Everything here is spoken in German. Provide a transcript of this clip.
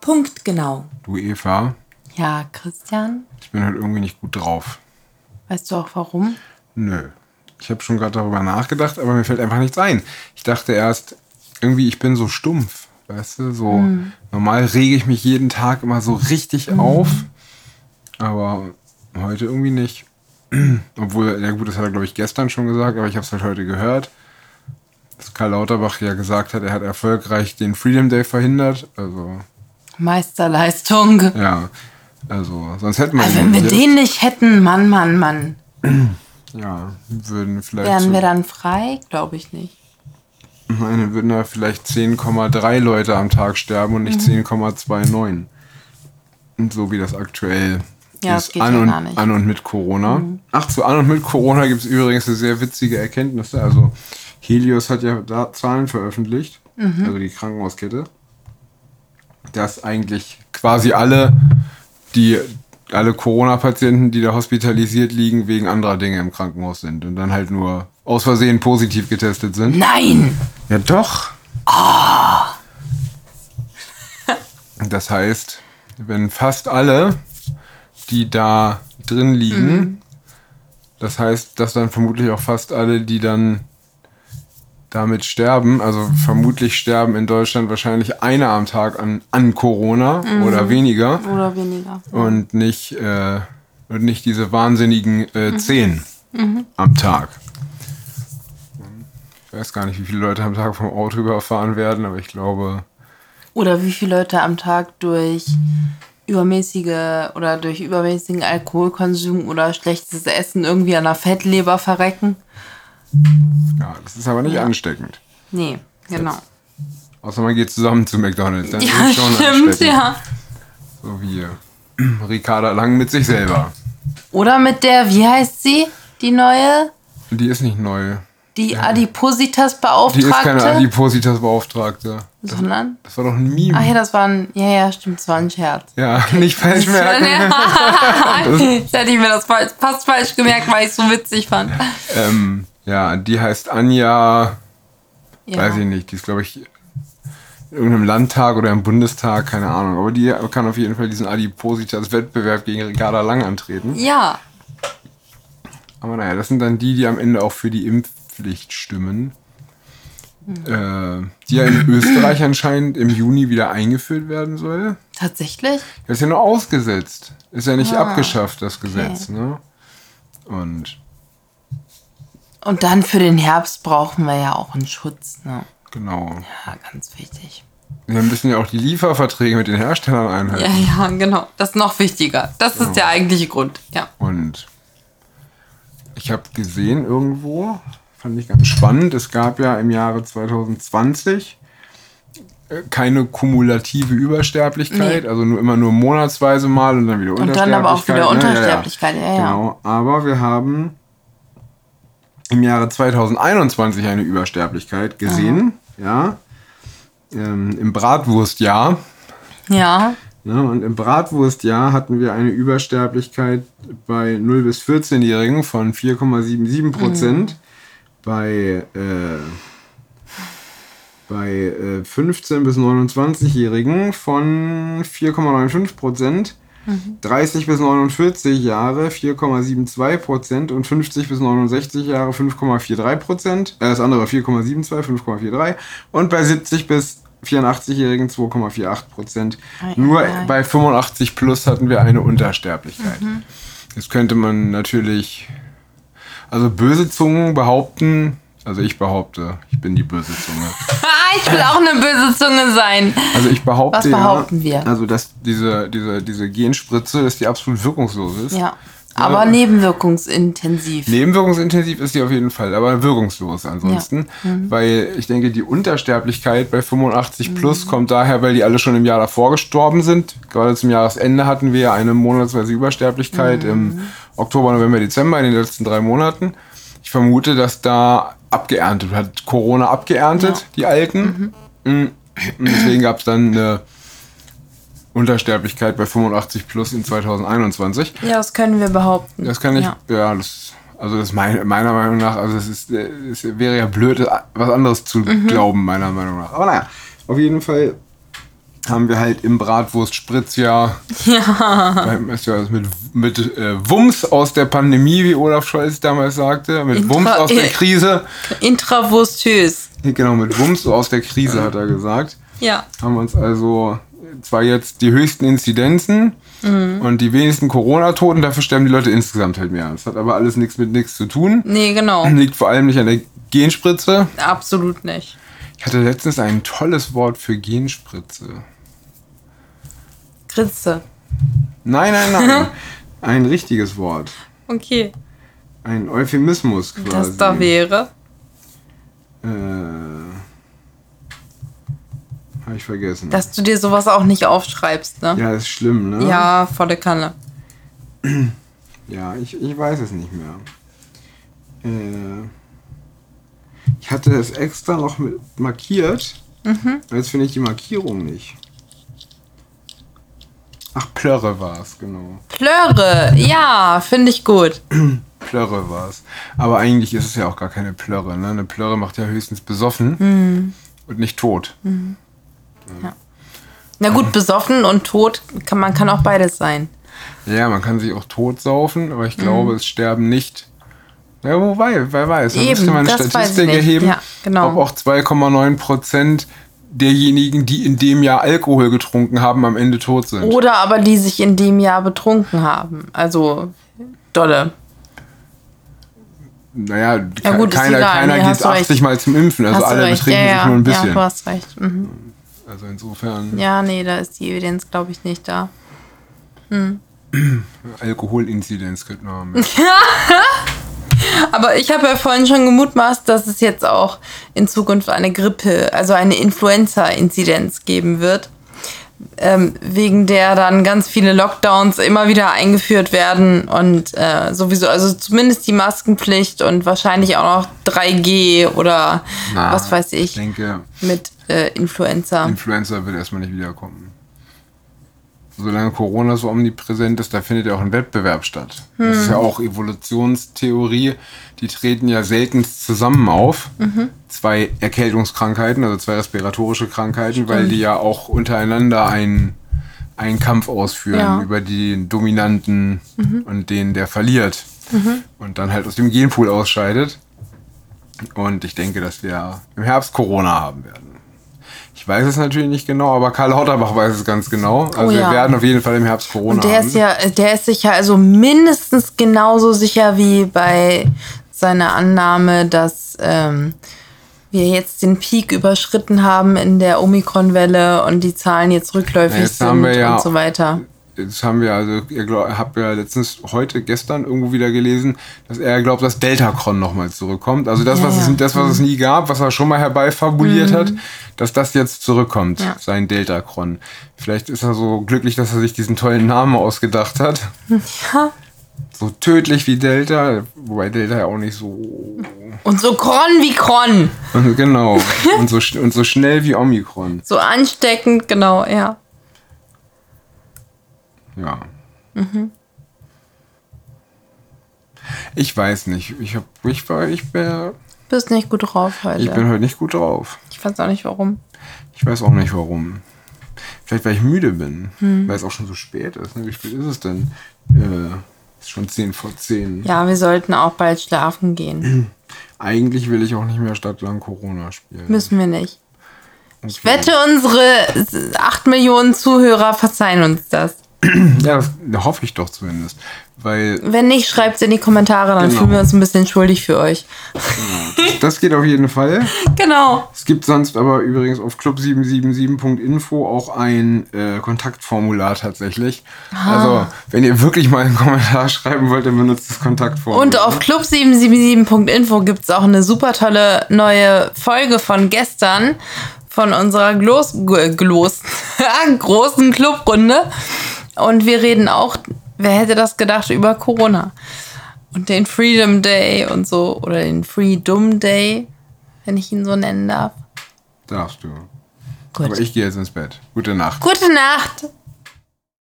Punkt genau. Du Eva, Ja, Christian, ich bin heute irgendwie nicht gut drauf. weißt du auch warum? Nö. Ich habe schon gerade darüber nachgedacht, aber mir fällt einfach nichts ein. Ich dachte erst, irgendwie, ich bin so stumpf, weißt du, so normal rege ich mich jeden Tag immer so richtig auf, aber heute irgendwie nicht. Obwohl, ja gut, das hat er, glaube ich, gestern schon gesagt, aber ich habe es halt heute gehört, dass Karl Lauterbach ja gesagt hat, er hat erfolgreich den Freedom Day verhindert. Also, Meisterleistung. ja, also, sonst hätten wir Also ihn wenn wir jetzt. den nicht hätten, Mann, Mann, Mann, Ja, würden vielleicht. wären so- wir dann frei? Glaube ich nicht. Meine würden da vielleicht 10,3 Leute am Tag sterben und Mhm. nicht 10,29. Und so wie das aktuell Ja, das ist. geht an, ja und, gar nicht. Mhm. an und mit Corona. Ach, zu an und mit Corona gibt es übrigens eine sehr witzige Erkenntnisse. Also Helios hat ja da Zahlen veröffentlicht, Mhm. also die Krankenhauskette, dass eigentlich quasi alle, die alle Corona-Patienten, die da hospitalisiert liegen, wegen anderer Dinge im Krankenhaus sind und dann halt nur aus Versehen positiv getestet sind. Nein! Ja, doch. Das heißt, wenn fast alle, die da drin liegen, das heißt, dass dann vermutlich auch fast alle, die dann damit sterben, also vermutlich sterben in Deutschland wahrscheinlich einer am Tag an, an Corona oder weniger Oder weniger. und nicht, äh, und nicht diese wahnsinnigen äh, Mhm. zehn am Tag. Ich weiß gar nicht, wie viele Leute am Tag vom Auto überfahren werden, aber ich glaube, Oder wie viele Leute am Tag durch übermäßige oder durch übermäßigen Alkoholkonsum oder schlechtes Essen irgendwie an der Fettleber verrecken? ja, das ist aber nicht ansteckend. Nee, genau. Außer man geht zusammen zu McDonalds. Dann Ja, ist es schon stimmt, ansteckend. ja. So wie äh, Ricarda Lang mit sich selber. Oder mit der, wie heißt sie, die neue? Die ist nicht neu. Die Die ist keine Adipositas-Beauftragte? Adipositas-Beauftragte. Sondern? Das war doch ein Meme. Ach Ah ja, das war ein. Ja, ja, stimmt, das war ein Scherz. ja, nicht falsch merken. Jetzt hätte ich mir das falsch, fast falsch gemerkt, weil ich es so witzig fand. Ähm, ja, die heißt Anja Ja. Weiß ich nicht. Die ist, glaube ich, in irgendeinem Landtag oder im Bundestag, keine Ahnung. Aber die kann auf jeden Fall diesen Adipositas-Wettbewerb gegen Ricarda Lang antreten. Ja, Aber naja, das sind dann die, die am Ende auch für die Impfpflicht stimmen. Hm. Äh, die ja in Österreich anscheinend im Juni wieder eingeführt werden soll. tatsächlich. Das ist ja nur ausgesetzt. Ist ja nicht Ah. abgeschafft, das Gesetz. Ne? Und Und dann für den Herbst brauchen wir ja auch einen Schutz. Ne? genau. Ja, ganz wichtig. Wir müssen ja auch die Lieferverträge mit den Herstellern einhalten. Ja, ja, genau. Das ist noch wichtiger. Das ist der eigentliche Grund. Ja. Und ich habe gesehen irgendwo, fand ich ganz spannend, es gab ja im Jahre 2020 äh, keine kumulative Übersterblichkeit, also nur immer nur monatsweise mal und dann wieder Und dann aber auch wieder Untersterblichkeit. Ja, ja. ne? Ja, ja. Genau, aber wir haben im Jahre 2021 eine Übersterblichkeit gesehen, ja, ähm, im Bratwurstjahr. ja. Ne, und im Bratwurstjahr hatten wir eine Übersterblichkeit bei 0- bis 14-Jährigen von 4,77 Prozent. Bei, äh, bei äh, 15- bis 29-Jährigen von 4,95 Prozent. 30 bis 49 Jahre 4,72 Prozent und 50 bis 69 Jahre 5,43 Prozent. Äh, das andere 4,72, 5,43 und bei 70 bis 84-Jährigen 2,48 Prozent. Ei, ei, Nur ei. bei 85 plus hatten wir eine Untersterblichkeit. Jetzt könnte man natürlich, also böse Zungen behaupten, also ich behaupte, ich bin die böse Zunge. Ah, ich will auch eine böse Zunge sein. Also ich behaupte, Was behaupten ja, wir? also dass diese, diese, diese Genspritze, dass die absolut wirkungslos ist. Ne? Ja. Aber nebenwirkungsintensiv. Nebenwirkungsintensiv ist die auf jeden Fall, aber wirkungslos ansonsten. Weil ich denke, die Untersterblichkeit bei 85 plus kommt daher, weil die alle schon im Jahr davor gestorben sind. Gerade zum Jahresende hatten wir ja eine monatsweise Übersterblichkeit im Oktober, November, Dezember in den letzten drei Monaten. Ich vermute, dass da abgeerntet hat Corona abgeerntet, die Alten. Mhm. Und deswegen gab es dann eine Untersterblichkeit bei 85 plus in 2021. Ja, das können wir behaupten. Das kann ich, ja, das, also das mein, meiner Meinung nach, also es ist, äh, es Mhm. wäre ja blöd, was anderes zu glauben, meiner Meinung nach. Aber naja, auf jeden Fall haben wir halt im Bratwurst-Spritz ja, beim ist ja das mit, mit äh, Wumms aus der Pandemie, wie Olaf Scholz damals sagte, mit Intra- Wumms aus der äh. Krise, Intravustös. genau, mit Wumms aus der Krise hat er gesagt, Ja. haben uns also zwar jetzt die höchsten Inzidenzen Mhm. und die wenigsten Corona-Toten, dafür sterben die Leute insgesamt halt mehr. Das hat aber alles nichts mit nichts zu tun, Nee, genau. liegt vor allem nicht an der Genspritze. Absolut nicht. Ich hatte letztens ein tolles Wort für Genspritze. Gritze. Nein, nein, nein, ein richtiges Wort. Okay. Ein Euphemismus quasi. Das da wäre. Äh, hab ich vergessen. Dass du dir sowas auch nicht aufschreibst, ne? ja, ist schlimm, ne? Ja, volle Kanne. Ja, ich, ich weiß es nicht mehr. Äh, ich hatte es extra noch mit markiert. Jetzt finde ich die Markierung nicht. Ach, Plörre war es, genau. Plörre. Ja, finde ich gut. Plörre war es. Aber eigentlich ist es ja auch gar keine Plörre. Ne? Eine Plörre macht ja höchstens besoffen und nicht tot. Na gut, besoffen und tot, kann, man kann auch beides sein. Ja, man kann sich auch tot saufen, aber ich glaube, Mhm. es sterben nicht. Ja, wobei, wer weiß. Da Eben, müsste man eine das weiß ich Statistik nicht. erheben, Ja, genau. ob auch 2,9 Prozent derjenigen, die in dem Jahr Alkohol getrunken haben, am Ende tot sind. Oder aber die sich in dem Jahr betrunken haben. Also, dolle. Naja, Ja, ke- gut, ist keiner, egal. keiner Nee, geht hast du recht. 80 Mal zum Impfen, also Hast du alle recht. betrinken ja, sich nur ein Ja, bisschen. du hast recht. Mhm. also insofern, Ja, nee, da ist die Evidenz, glaube ich, nicht da. Alkoholinzidenz könnte man haben. Aber ich habe ja vorhin schon gemutmaßt, dass es jetzt auch in Zukunft eine Grippe, also eine Influenza-Inzidenz geben wird, ähm, wegen der dann ganz viele Lockdowns immer wieder eingeführt werden und äh, sowieso, also zumindest die Maskenpflicht und wahrscheinlich auch noch 3G oder Na, was weiß Ich ich denke, mit äh, Influenza. Influenza wird erstmal nicht wiederkommen. Solange Corona so omnipräsent ist, da findet ja auch ein Wettbewerb statt. Das ist ja auch Evolutionstheorie. Die treten ja selten zusammen auf. Zwei Erkältungskrankheiten, also zwei respiratorische Krankheiten, weil die ja auch untereinander einen, einen Kampf ausführen Ja. über den Dominanten und den, der verliert. Und dann halt aus dem Genpool ausscheidet. Und ich denke, dass wir im Herbst Corona haben werden. Ich weiß es natürlich nicht genau, aber Karl Lauterbach weiß es ganz genau. Also Oh ja. wir werden auf jeden Fall im Herbst Corona Und der haben. ist ja, der ist sicher, also mindestens genauso sicher wie bei seiner Annahme, dass ähm, wir jetzt den Peak überschritten haben in der Omikron-Welle und die Zahlen jetzt rückläufig Ja, jetzt sind haben wir ja- und so weiter. das haben wir also, ihr glaub, habt ja letztens heute, gestern irgendwo wieder gelesen, dass er glaubt, dass Deltacron nochmal zurückkommt. Also das, Ja, was, ja. Mhm. Es, das, was es nie gab, was er schon mal herbeifabuliert hat, dass das jetzt zurückkommt, Ja. sein Deltacron. Vielleicht ist er so glücklich, dass er sich diesen tollen Namen ausgedacht hat. So tödlich wie Delta, wobei Delta ja auch nicht so. Und so Kron wie Kron. Genau. Und so, schn- und so schnell wie Omikron. So ansteckend, genau, ja. Ja. Mhm. Ich weiß nicht. Ich, hab, ich, war, ich, bin, Bist nicht gut drauf ich heute. bin heute nicht gut drauf. Ich weiß auch nicht warum. Ich weiß auch nicht warum. Vielleicht, weil ich müde bin. Mhm. Weil es auch schon so spät ist. Ne? Wie spät ist es denn? Äh, ist schon 10 vor 10. Ja, wir sollten auch bald schlafen gehen. Eigentlich will ich auch nicht mehr stadtlang Corona spielen. Müssen wir nicht. Ich Okay. wette, unsere 8 Millionen Zuhörer verzeihen uns das. Ja, das hoffe ich doch zumindest. Weil Wenn nicht, schreibt es in die Kommentare, dann Genau. fühlen wir uns ein bisschen schuldig für euch. das geht auf jeden Fall. Genau. Es gibt sonst aber übrigens auf club777.info auch ein äh, Kontaktformular tatsächlich. Ah. Also, wenn ihr wirklich mal einen Kommentar schreiben wollt, dann benutzt das Kontaktformular. Und auf club777.info gibt es auch eine super tolle neue Folge von gestern von unserer Glos G- Glos großen Clubrunde. Und wir reden auch, wer hätte das gedacht, über Corona. Und den Freedom Day und so. Oder den Freedom Day, wenn ich ihn so nennen darf. Darfst du. Gut. Aber ich gehe jetzt ins Bett. Gute Nacht. Gute Nacht.